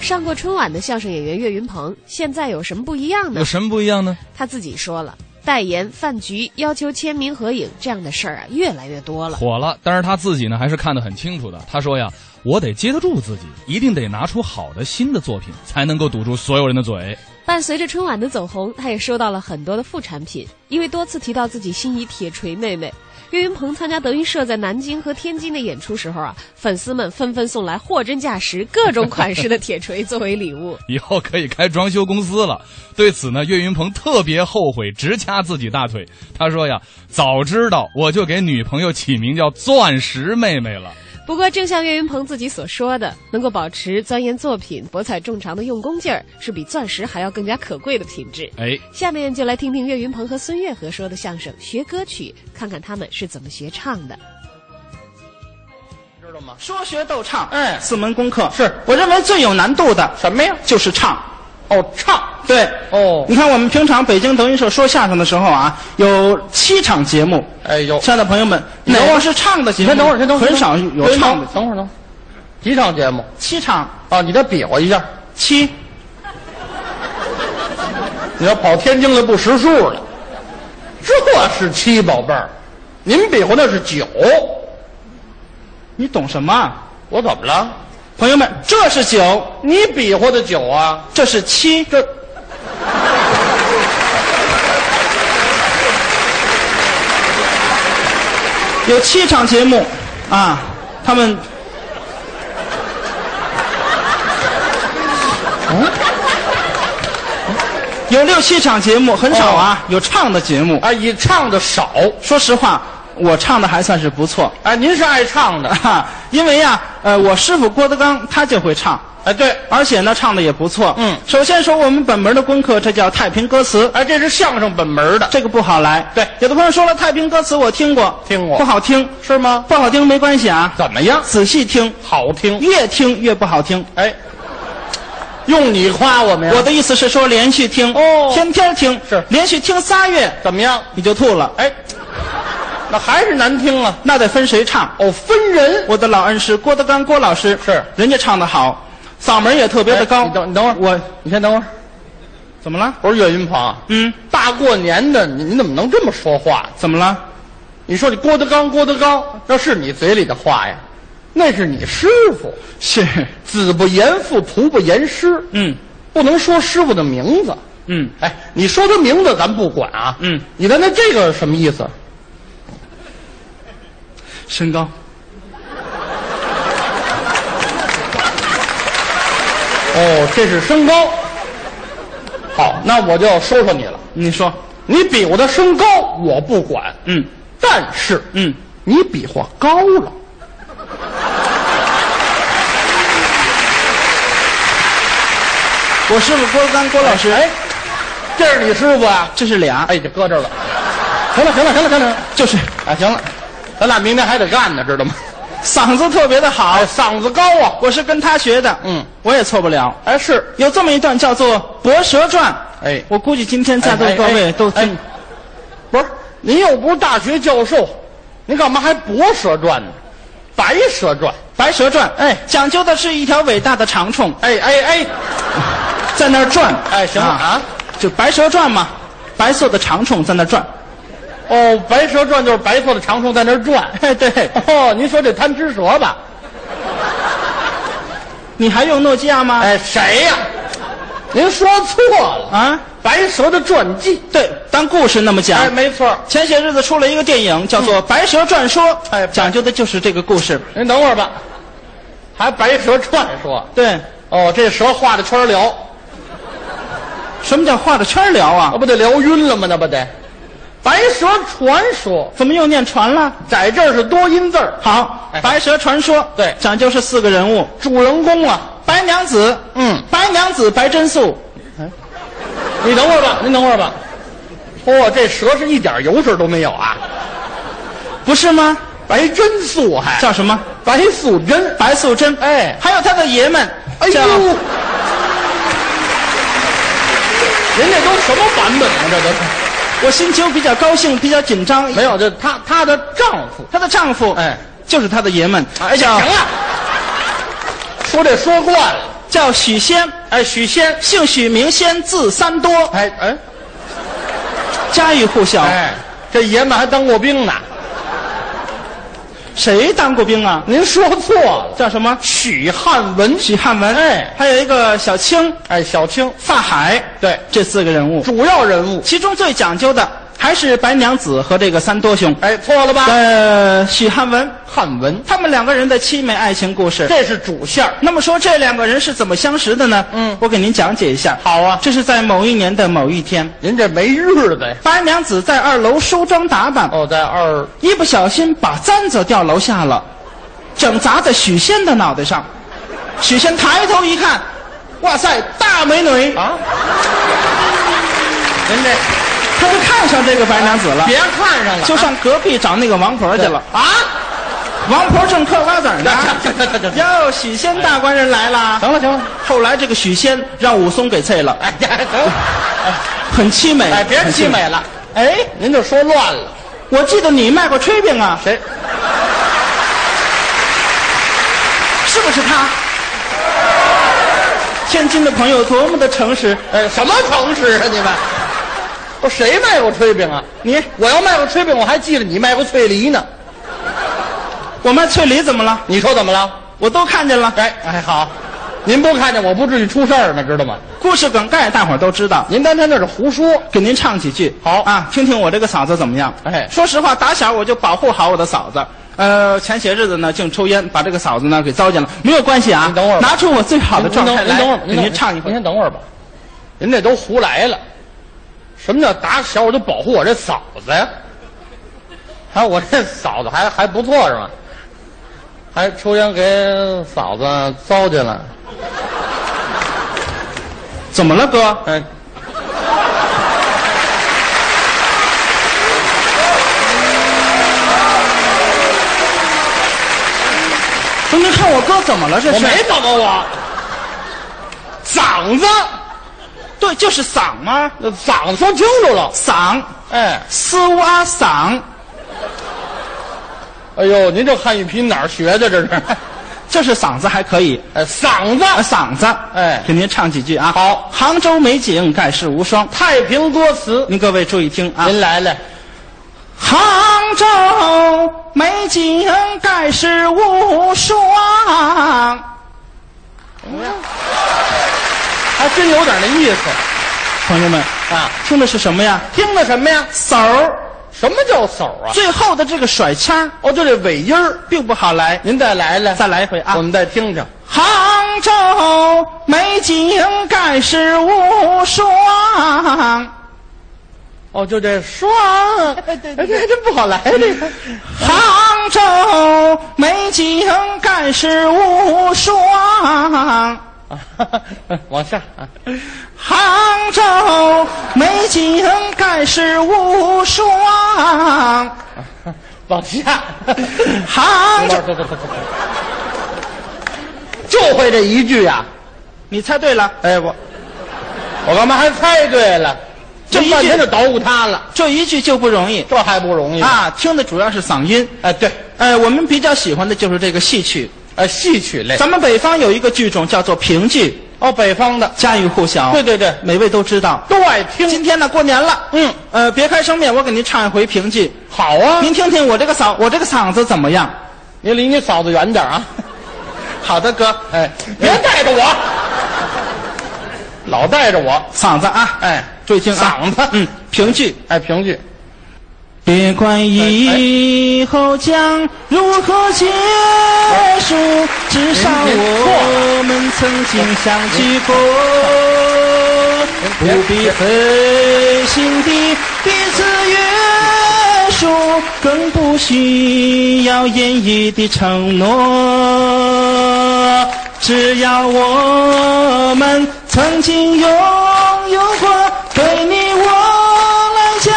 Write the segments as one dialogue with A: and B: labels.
A: 上过春晚的相声演员岳云鹏，现在有什么不一样呢
B: 有？什么不一样呢？
A: 他自己说了，代言、饭局、要求签名合影这样的事儿啊，越来越多了。
B: 火了，但是他自己呢还是看得很清楚的。他说呀，我得接得住自己，一定得拿出好的新的作品，才能够堵住所有人的嘴。
A: 伴随着春晚的走红，他也收到了很多的副产品，因为多次提到自己心仪铁锤妹妹。岳云鹏参加德云社在南京和天津的演出时候啊，粉丝们纷纷送来货真价实、各种款式的铁锤作为礼物。
B: 以后可以开装修公司了。对此呢，岳云鹏特别后悔，直掐自己大腿。他说呀，早知道我就给女朋友起名叫钻石妹妹了。
A: 不过，正像岳云鹏自己所说的，能够保持钻研作品、博采众长的用功劲儿，是比钻石还要更加可贵的品质。
B: 哎，
A: 下面就来听听岳云鹏和孙悦和说的相声《学歌曲》，看看他们是怎么学唱的。
C: 知道吗？
D: 说学逗唱，
C: 哎
D: 四门功课
C: 是
D: 我认为最有难度的
C: 什么呀？
D: 就是唱。
C: 哦，唱。
D: 对，
C: 哦
D: 你看我们平常北京德云社说相声的时候啊，有七场节目，
C: 哎呦，
D: 亲爱的朋友们，
C: 你等
D: 哪
C: 会儿
D: 个是唱的节
C: 你
D: 目？
C: 先等会儿，先等会儿，
D: 很少
C: 先等会儿
D: 有唱的
C: 等会儿，等会儿，等会儿几场节目
D: 七场
C: 啊？你再比划一下，
D: 哦七，
C: 你要跑天津了不识数了。这是七宝贝儿，您比划那是九，
D: 你懂什么啊？
C: 我怎么了？
D: 朋友们，这是九，
C: 你比划的九啊？
D: 这是七，这有七场节目啊，他们
C: 嗯，
D: 有六七场节目，很少啊，有唱的节目。
C: 啊，以唱的少。
D: 说实话，我唱的还算是不错，
C: 哎，您是爱唱的。
D: 啊、因为呀、呃，我师傅郭德纲他就会唱，
C: 哎，对，
D: 而且呢唱的也不错。
C: 嗯
D: 首先说我们本门的功课，这叫太平歌词，
C: 哎，这是相声本门的，
D: 这个不好来。
C: 对
D: 有的朋友说了太平歌词我听过，
C: 听过
D: 不好听，
C: 是吗？
D: 不好听没关系啊，
C: 怎么样？
D: 仔细听，
C: 好听。
D: 越听越不好听。
C: 哎，用你夸我们呀？
D: 我的意思是说连续听，
C: 哦
D: 天天听，
C: 是
D: 连续听仨月
C: 怎么样？
D: 你就吐了，
C: 哎，那还是难听啊。
D: 那得分谁唱。
C: 哦，分人。
D: 我的老恩师郭德纲郭老师
C: 是哎
D: 人家唱的好，嗓门也特别的高。
C: 哎你等你等会儿，
D: 我
C: 你先等会儿。
D: 怎么了？
C: 不是岳云鹏，
D: 嗯，
C: 大过年的，你你怎么能这么说话呢？
D: 怎么了？
C: 你说你郭德纲，郭德纲，那是你嘴里的话呀，那是你师傅。
D: 是，
C: 子不言父，徒不言师，
D: 嗯
C: 不能说师傅的名字。
D: 嗯，
C: 哎，你说他名字咱不管啊。
D: 嗯
C: 你的那这个什么意思？
D: 身高
C: 哦，这是身高。好，那我就要说说你了。
D: 你说，
C: 你比划的身高我不管，
D: 嗯
C: 但是，
D: 嗯，
C: 你比划高了。
D: 我师傅郭德纲郭老师，
C: 哎，这是你师傅啊？
D: 这是俩，
C: 哎，就搁这儿了。行了，行了，行了，行了，
D: 就是
C: 哎，行了，咱俩明天还得干呢，知道吗？
D: 嗓子特别的好，
C: 哎，嗓子高啊。
D: 我是跟他学的，
C: 嗯，
D: 我也错不了。
C: 哎，是，
D: 有这么一段叫做《博蛇传》，
C: 哎
D: 我估计今天在座的各
C: 哎哎
D: 位都
C: 哎
D: 听，
C: 不是，您又不是大学教授，您干嘛还《博蛇传》呢？《白蛇传》。
D: 《白蛇传》，
C: 哎
D: 讲究的是一条伟大的长虫
C: 哎哎哎，
D: 在那儿转，
C: 哎行了啊
D: 就《白蛇传》嘛，白色的长虫在那儿转，
C: 哦，《白蛇传》就是白色的长虫在那儿转。
D: 哎 对，
C: 哦，您说这贪吃蛇吧？
D: 你还用诺基亚吗？
C: 哎，谁呀、您说错了，
D: 啊，
C: 白蛇的传记。
D: 对，当故事那么讲。
C: 哎，没错儿。
D: 前些日子出了一个电影，叫做《白蛇传说》，
C: 哎
D: 讲究的就是这个故事。
C: 您等会儿吧，还《白蛇传》说。
D: 对，
C: 哦，这蛇画着圈儿聊，
D: 什么叫画着圈儿聊啊
C: 那？不得聊晕了吗？那不得。白蛇传说
D: 怎么又念船了？
C: 在这儿是多音字儿，
D: 好，
C: 哎
D: 白蛇传说》
C: 对
D: 讲究是四个人物：
C: 主人公啊，
D: 白娘子，
C: 嗯
D: 白娘子白贞素，
C: 你等会儿吧，您等会儿吧。哦，这蛇是一点油水都没有啊，
D: 不是吗？
C: 白真素还
D: 叫什么？
C: 白素贞，
D: 白素贞。
C: 哎
D: 还有她的爷们，
C: 哎呦，
D: 叫
C: 人家都什么版本啊？这都是
D: 我心情比较高兴，比较紧张。
C: 没有，这她她的丈夫，
D: 她的丈夫，
C: 哎，
D: 就是她的爷们，
C: 哎，行
D: 叫
C: 了，说这说惯了，
D: 叫许仙，
C: 哎，许仙，
D: 姓许名仙，字三多，
C: 哎哎
D: 家喻户晓。
C: 哎，这爷们还当过兵呢，
D: 谁当过兵啊？
C: 您说错了，
D: 叫什么？
C: 许汉文，
D: 许汉文。
C: 哎
D: 还有一个小青、
C: 哎，小青，
D: 法海，
C: 对
D: 这四个人物，
C: 主要人物，
D: 其中最讲究的还是白娘子和这个三多兄。
C: 哎，错了吧？
D: 呃，许汉文，
C: 汉文，
D: 他们两个人的凄美爱情故事。
C: 这是主线儿
D: 那么说这两个人是怎么相识的呢？
C: 嗯
D: 我给您讲解一下。
C: 好啊，
D: 这是在某一年的某一天，
C: 您这没日子呀？
D: 白娘子在二楼梳妆打扮，
C: 哦，在二，
D: 一不小心把簪子掉楼下了，整砸在许仙的脑袋上。许仙抬头一看，哇塞，大美女！
C: 啊，您这
D: 他就看上这个白娘子了，
C: 别看上了，
D: 就上隔壁找那个王婆去了。
C: 啊，
D: 王婆正嗑瓜子儿呢
C: 这这这这这。
D: 哟，许仙大官人来了。
C: 行了行了，
D: 后来这个许仙让武松给啐了，
C: 哎呀，行，
D: 很凄美。
C: 哎，别
D: 很
C: 凄美了，
D: 哎，
C: 您就说乱了，
D: 我记得你卖过炊饼啊，
C: 谁？
D: 是不是他？天津的朋友多么的诚实，呃
C: 哎，什么城市啊你们？不，谁卖过炊饼啊？
D: 你
C: 我要卖过炊饼，我还记得你卖过脆梨呢。
D: 我卖脆梨怎么了？
C: 你说怎么了？
D: 我都看见了。
C: 哎哎好，您不看见我不至于出事儿呢，知道吗？
D: 故事梗概大伙儿都知道，
C: 您单单在这胡说。
D: 给您唱几句。
C: 好
D: 啊，听听我这个嫂子怎么样？
C: 哎
D: 说实话，打小我就保护好我的嫂子。呃，前些日子呢，净抽烟，把这个嫂子呢给糟践了。没有关系啊，
C: 您等会儿吧
D: 拿出我最好的状态
C: 您
D: 来，
C: 等会儿，
D: 给
C: 等会
D: 您唱一会
C: 您
D: 儿。
C: 先等会儿吧。您这都胡来了。什么叫打小我就保护我这嫂子呀？还、有我这嫂子还还不错是吧？还抽烟给嫂子糟践了。
D: 怎么了，哥？
C: 哎，
D: 不是，您看我哥怎么了？这
C: 我
D: 是
C: 没怎么我，嗓子，
D: 对，就是呃嗓嘛，
C: 那嗓子说清楚了。
D: 嗓，
C: 哎，
D: 丝哇嗓，
C: 哎呦，您这汉语拼音哪儿学的这是？
D: 就是嗓子还可以。
C: 哎，嗓子，
D: 啊，嗓子，
C: 哎
D: 给您唱几句啊。
C: 好
D: 杭州美景盖世无双，
C: 太平歌词，
D: 您各位注意听啊。
C: 您来来，
D: 杭州美景盖世无双，
C: 还真有点那意思
D: 朋友们，
C: 啊。
D: 听的是什么呀？
C: 听的什么呀？
D: 手儿
C: 什么叫手啊？
D: 最后的这个甩腔儿
C: 哦，就这尾音儿，
D: 并不好来。
C: 您再来来，
D: 再来一回啊
C: 我！们再听听。
D: 杭州美景盖世无双，
C: 哦，就这双，哎，这真不好来
D: 嗯
C: 这个。
D: 杭州美景盖世无双。
C: 啊 往下啊，
D: 杭州美景盖世无双，
C: 往 下，
D: 杭州。
C: 走走走走就会这一句呀、
D: 你猜对了，
C: 哎，我 我干嘛还猜对了？
D: 这一句
C: 半天就捣鼓他了，
D: 这一句就不容易
C: 这还不容易吗？
D: 啊！听的主要是嗓音。
C: 哎，对，
D: 呃，我们比较喜欢的就是这个戏曲。
C: 呃，戏曲类，
D: 咱们北方有一个剧种叫做评剧，
C: 哦，北方的，
D: 家喻户晓，
C: 对对对，
D: 每位都知道。
C: 都爱听。
D: 今天呢，过年了，
C: 嗯，
D: 呃，别开生面，我给您唱一回评剧，
C: 好啊，
D: 您听听我这个嗓，我这个嗓子怎么样？
C: 您离你嫂子远点 啊！
D: 好的，哥，
C: 哎，别带着我，老带着我。
D: 嗓子啊，
C: 哎，
D: 注意听啊，
C: 嗓子
D: 嗯，评剧。
C: 哎，评剧，
D: 别管以后将如何结束，至少
C: 您您错了
D: 我们曾经相聚过，
C: 您
D: 不必
C: 别
D: 费心地彼此约束，更不需要言语的承诺。只要我们曾经拥有过，对你我来讲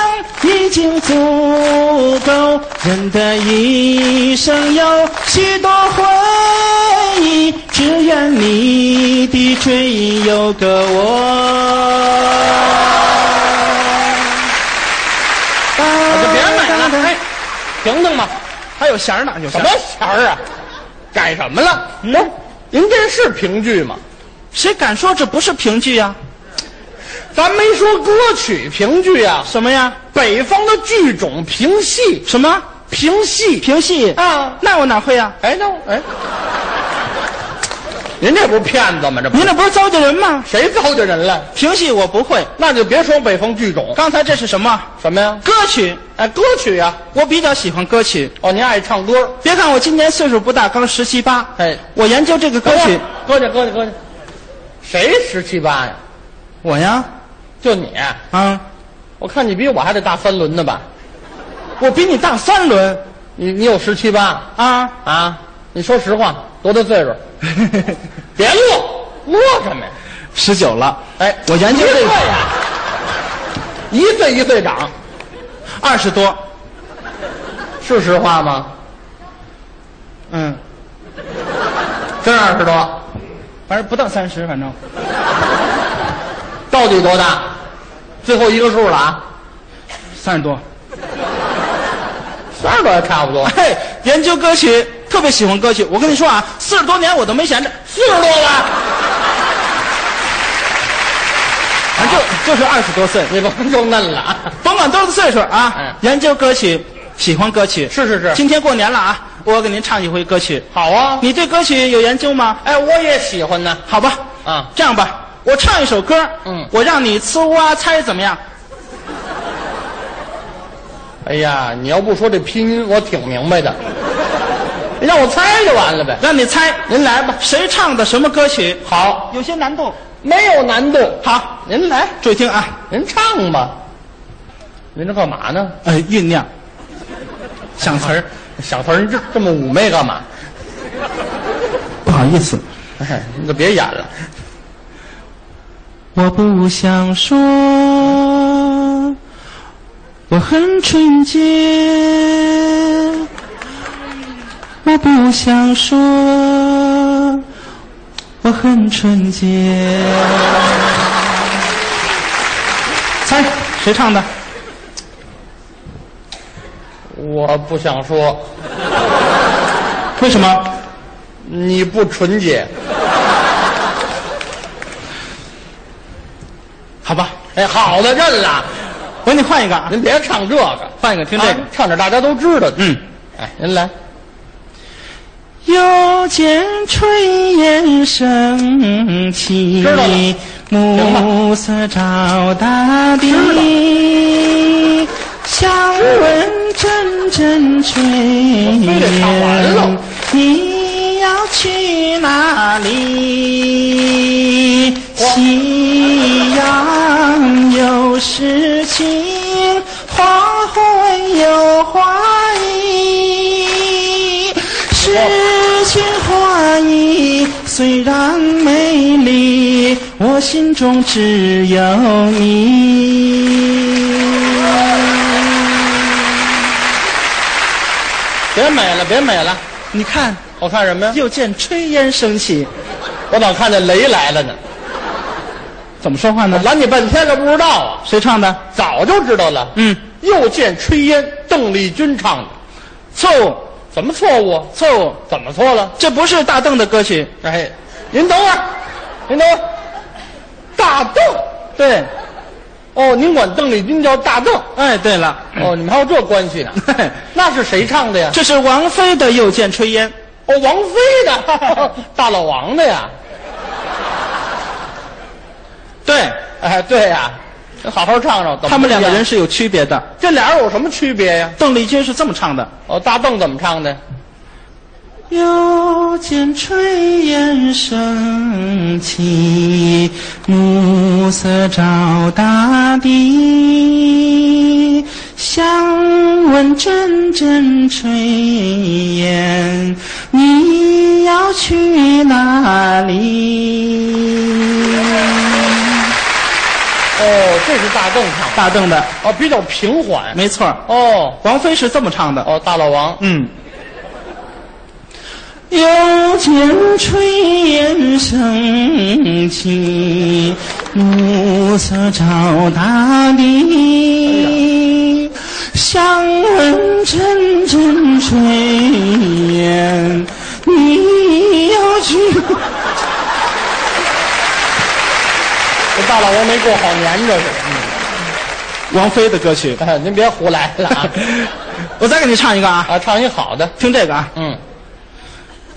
D: 已经足够。人的一生有许多回忆，只愿你的追忆有个我。啊
C: 我啊就别买
D: 嗯
C: 了。哎，停停吧，
D: 还有弦儿呢，有
C: 什么弦儿啊？改什么了？
D: 嗯，
C: 您这是评剧吗？
D: 谁敢说这不是评剧呀、
C: 咱没说歌曲评剧啊，
D: 什么呀？
C: 北方的剧种评戏，
D: 什么
C: 评戏
D: 评戏？
C: 啊。
D: 那我哪会呀、
C: 哎，那我哎，您这不是骗子吗？这不
D: 您这不是糟践人吗？
C: 谁糟践人了？
D: 评戏我不会。
C: 那就别说北方剧种，
D: 刚才这是什么
C: 什么呀？
D: 歌曲？
C: 哎，歌曲呀、
D: 我比较喜欢歌曲。
C: 哦，您爱唱歌？
D: 别看我今年岁数不大，刚十七八，
C: 哎
D: 我研究这个歌曲，
C: 搁下，搁下，搁下。谁十七八呀？
D: 我呀，
C: 就你，
D: 啊，
C: 我看你比我还得大三轮呢吧？
D: 我比你大三轮
C: 你你有十七八
D: 啊，
C: 啊？你说实话，多大 岁数？别乐，乐什么呀？
D: 十九了。
C: 哎，
D: 我研究
C: 一
D: 这
C: 岁
D: 个
C: 呀，一岁一岁长，
D: 二十多，
C: 是实话吗？
D: 嗯，
C: 真二十多，
D: 反正不到三十，反正
C: 到底多大？最后一个数了啊，
D: 三十多。
C: 三十多还差 不多，
D: 嘿，研究歌曲，特别喜欢歌曲。我跟你说啊，四十多年我都没闲着，
C: 四十多了，
D: 反正就就是二十多岁，
C: 你甭又嫩了啊。
D: 甭管多少岁数啊，
C: 嗯
D: 研究歌曲，喜欢歌曲。
C: 是是是，
D: 今天过年了啊，我给您唱一回歌曲。
C: 好啊。
D: 你对歌曲有研究吗？
C: 哎，我也喜欢呢。
D: 好吧，
C: 啊
D: 这样吧，我唱一首歌，
C: 嗯
D: 我让你呲哇猜怎么样？
C: 哎呀，你要不说这拼音，我挺明白的，你让我猜就完了呗。
D: 让你猜，
C: 您来吧，
D: 谁唱的什么歌曲？
C: 好，
D: 有些难度。
C: 没有难度。
D: 好，
C: 您来，
D: 注意听啊，
C: 您唱吧。您这干嘛呢？
D: 呃，酝酿，想词儿。
C: 小词儿，您这这么妩媚干嘛？
D: 不好意思，
C: 哎， 你可别演了。
D: 我不想说，我很纯洁。我不想说，我很纯洁。猜谁唱的？
C: 我不想说，
D: 为什么？
C: 你不纯洁。
D: 好吧，
C: 哎，好的，认了。
D: 我给你换一个啊，
C: 您别唱这个，
D: 换一个，听这个。
C: 啊唱点大家都知道的。
D: 嗯，
C: 哎，您来。
D: 又见炊烟升起
C: 知道了，
D: 暮色罩大地，想问阵阵炊
C: 我非得唱完
D: 烟
C: 了，
D: 你要去哪里？夕阳有诗情，黄昏有花意。诗情画意虽然美丽，我心中只有你。
C: 别美了，别美了。
D: 你看，
C: 我看什么呀？
D: 又见炊烟升起，
C: 我怎么看见雷来了呢？
D: 怎么说话
C: 我
D: 呢？
C: 拦你半天了，不知道啊？
D: 谁唱的？
C: 早就知道了。
D: 嗯，
C: 又见炊烟，邓丽君唱的，
D: 错误，
C: 怎么错误？
D: 错误，
C: 怎么错了？
D: 这不是大邓的歌曲。
C: 哎，您等会儿，您等会儿，大邓，
D: 对，
C: 哦，您管邓丽君叫大邓，
D: 哎，对了，
C: 哦，你们还有这关系呢？那是谁唱的呀？
D: 这是王菲的《又见炊烟》。
C: 哦，王菲的， 大老王的呀。
D: 对，
C: 哎， 对呀，您好好唱唱。怎么
D: 他们两个
C: 不一
D: 人
C: 样，
D: 是有区别的。
C: 这俩人有什么区别呀？
D: 邓丽君是这么唱的。
C: 哦，大邓怎么唱的？哦
D: 又见炊烟升起，暮色罩大地。想问阵阵炊烟，你要去哪里？
C: 哦，这是大邓唱的，
D: 大邓的，
C: 哦，比较平缓。
D: 没错儿，
C: 哦
D: 王菲是这么唱的。
C: 哦，大老王，
D: 嗯。又见炊烟升起，暮色罩大地。想问阵阵炊烟，你要去？
C: 这大老王没过好年这是。
D: 王菲的歌曲。
C: 哎，您别胡来了 啊！
D: 我再给你唱一个啊，
C: 啊，唱一好的，
D: 听这个啊，
C: 嗯，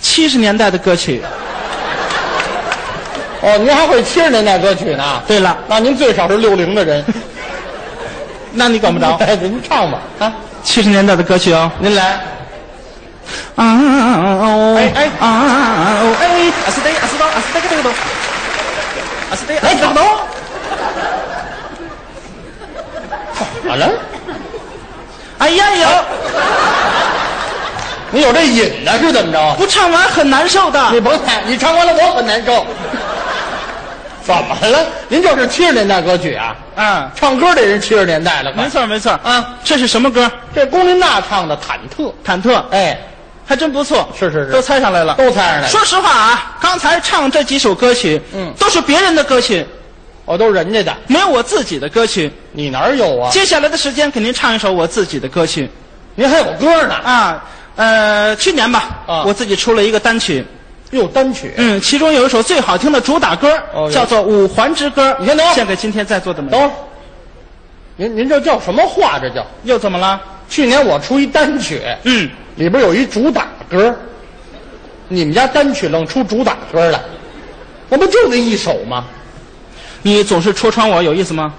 D: 七十年代的歌曲。
C: 哦，您还会七十年代歌曲呢？
D: 对了，
C: 那您最少是六零的 人，
D: 那你管不着
C: 您唱吧啊，
D: 七十年代的歌曲哦。
C: 您来，
D: 啊哦
C: 哎哎
D: 啊哦哎，啊是的，啊是的，啊是的，这个都，啊是的，啊是的，都。
C: 好了，
D: 哎呀呀，
C: 你有这瘾呢是怎么着？
D: 不唱完很难受
C: 你
D: 的。
C: 甭猜，你唱完了我很难受。怎么了？您就是七十年代歌曲啊？
D: 嗯，
C: 唱歌这人七十年代了，快
D: 没。错没错
C: 啊，
D: 这是什么歌？
C: 这龚琳娜唱的《忐忑》，
D: 忐忑，
C: 哎，
D: 还真不错。
C: 是是是
D: 都猜上来了。
C: 都猜上来了
D: 说，实话啊，刚才唱这几首歌曲，
C: 嗯
D: 都是别人的歌曲，
C: 我都是人家的，
D: 没有我自己的歌曲。
C: 你哪儿有啊？
D: 接下来的时间给您唱一首我自己的歌曲
C: 您还有歌呢？
D: 啊，呃，去年吧，
C: 啊
D: 我自己出了一个单曲，
C: 有单曲。
D: 嗯，其中有一首最好听的主打歌，
C: 哦有
D: 叫做《五环之歌》，
C: 你先等会儿
D: 献给今天在座的每
C: 等会儿，您您这叫什么话？这叫？
D: 又怎么了？
C: 去年我出一单曲，
D: 嗯，
C: 里边有一主打歌，你们家单曲愣出主打歌来，那不就那一首吗？
D: 你总是戳穿我，有意思吗？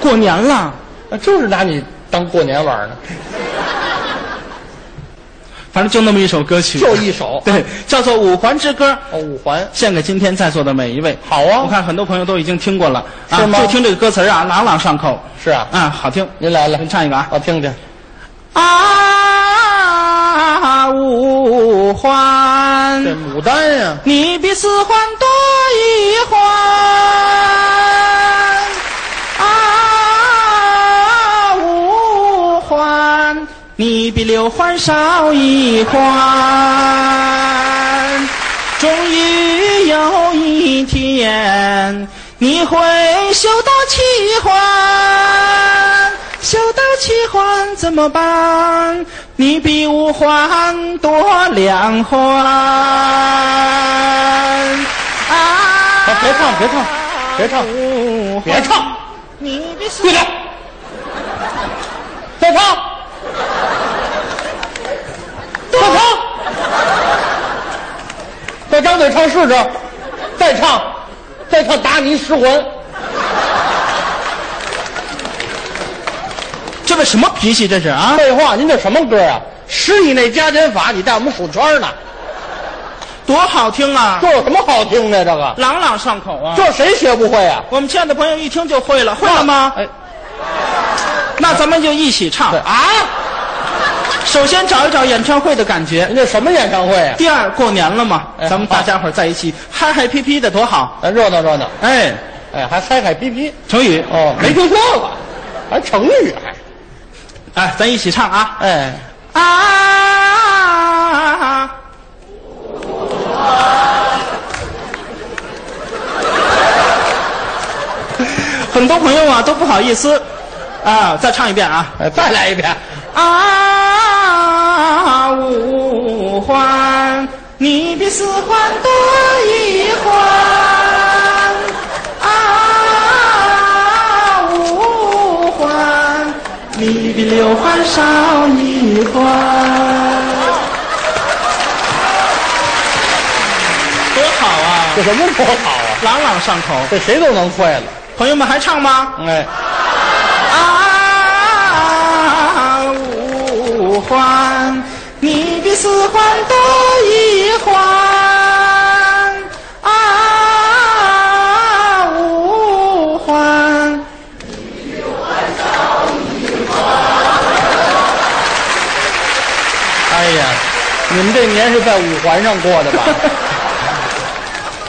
D: 过年了，
C: 那就是拿你当过年玩 呢，
D: 反正就那么一首歌曲，
C: 就一首。
D: 对，叫做《五环之歌》，
C: 哦，五环
D: 献给今天在座的每一位。
C: 好啊
D: 我看很多朋友都已经听过了，啊
C: 是吗
D: 就听这个歌词儿啊，朗朗上口。
C: 是啊，
D: 啊，好听。
C: 您来了，
D: 您唱一个啊
C: 我听听。
D: 啊，五
C: 这
D: 环，
C: 牡丹呀、
D: 你比四环多一环。啊，五环，你比六环少一环。终于有一天，你会修到七环，修到七环怎么办？你比五环多两环。啊！
C: 别唱别唱别唱
D: 五环
C: 别唱，
D: 你别说
C: 闭嘴，再唱，再唱，再张嘴唱试试，再唱，再唱打你十环。
D: 这位什么脾气这是啊？
C: 废话，您这什么歌啊？十以内加减法，你带我们数圈呢？
D: 多好听啊
C: 这，有什么好听的？这个，
D: 朗朗上口啊！
C: 这谁学不会啊？
D: 我们亲爱的朋友一听就会了，会了吗？
C: 哎，
D: 那咱们就一起唱
C: 对。啊，
D: 首先找一找演唱会的感觉
C: 您，这什么演唱会啊？
D: 第二过年了嘛，
C: 哎
D: 咱们大家伙儿在一起嗨嗨皮皮的多好。
C: 咱热闹热闹，
D: 哎，
C: 哎，还嗨嗨皮皮。
D: 成语
C: 哦，没听说过，还成语还？
D: 哎，咱一起唱啊！
C: 哎，
D: 啊！很多朋友啊都不好意思，啊，再唱一遍啊！
C: 哎，再来一 遍。
D: 啊，五环，你比四环多一环。啊，五环，你比六环少一啊环。多好啊，
C: 这什么多好啊！
D: 朗朗上口。
C: 这谁都能会了。
D: 朋友们还唱吗？
C: 哎，
D: 啊，五环，你比四环多一环。啊，五环。
C: 哎呀，你们这年是在五环上过的吧？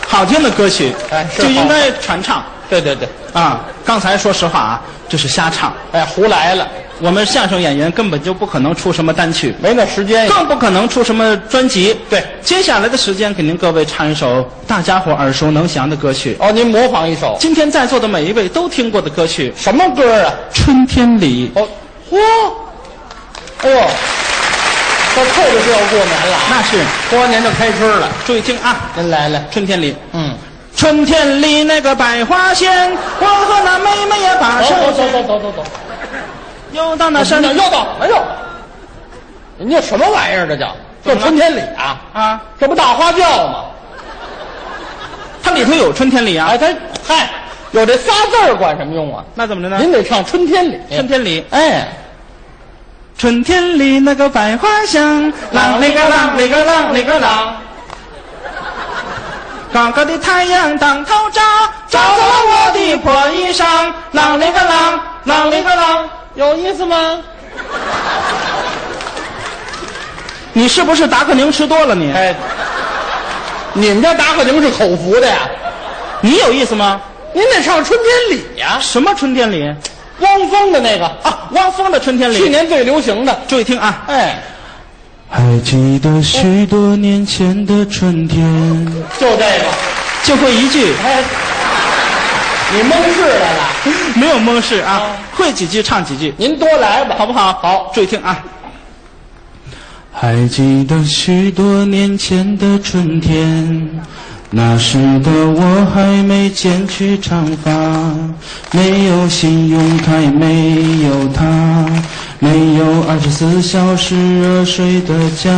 D: 好听的歌曲，
C: 哎是
D: 就应
C: 好
D: 该传唱
C: 对对对，
D: 啊！刚才说实话啊，这是瞎唱。
C: 哎，胡来了，
D: 我们相声演员根本就不可能出什么单曲，
C: 没那时间。
D: 更不可能出什么专辑。
C: 对
D: 接下来的时间给您各位唱一首大家伙耳熟能详的歌曲。
C: 哦，您模仿一首
D: 今天在座的每一位都听过的歌曲
C: 什么歌啊？
D: 《春天里》，
C: 哦，嚯，哎呦，这扣着就要过年了啊，
D: 那是
C: 过完年就开春了。
D: 注意听啊，
C: 您来了，
D: 《春天里》
C: 嗯，
D: 春天里那个百花鲜，我和那妹妹也把
C: 走
D: 手
C: 走走走走走走，
D: 又到那山
C: 你要到什么哟？你这什么玩意儿？这叫这春天里啊
D: 啊，
C: 这不大花轿吗？
D: 它里头有春天里啊
C: 哎，。他嗨，有这仨字儿管什么用啊？
D: 那怎么着呢？
C: 您得唱春天里，
D: 春天里，
C: 哎，
D: 春天里那个百花香，啷里个啷里个啷里个啷，高高的太阳当头照，照走了我的破衣裳，啷里个啷啷里个啷。
C: 有意思吗？
D: 你是不是达克宁吃多了你？
C: 哎，你们这达克宁是口服的呀？
D: 你有意思吗？
C: 您得唱春天里呀、
D: 什么春天里？
C: 汪峰的那个啊，
D: 啊，汪峰的春天里。
C: 去年最流行的，
D: 注意听啊，
C: 哎，
D: 还记得许多年前的春天，
C: 就这个，
D: 就会一句，
C: 哎，你蒙事来了，
D: 没有蒙事啊
C: 啊，
D: 会几句唱几句，
C: 您多来吧，
D: 好不好？
C: 好
D: 注意听啊。还记得许多年前的春天，那时的我还没剪去长发，没有信用卡，也没有他，没有二十四小时热水的家。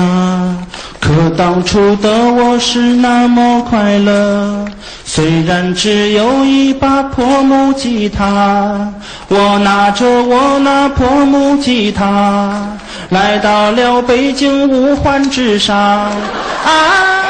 D: 可当初的我是那么快乐，虽然只有一把破木吉他，我拿着我那破木吉他。来到了北京五环之上，啊。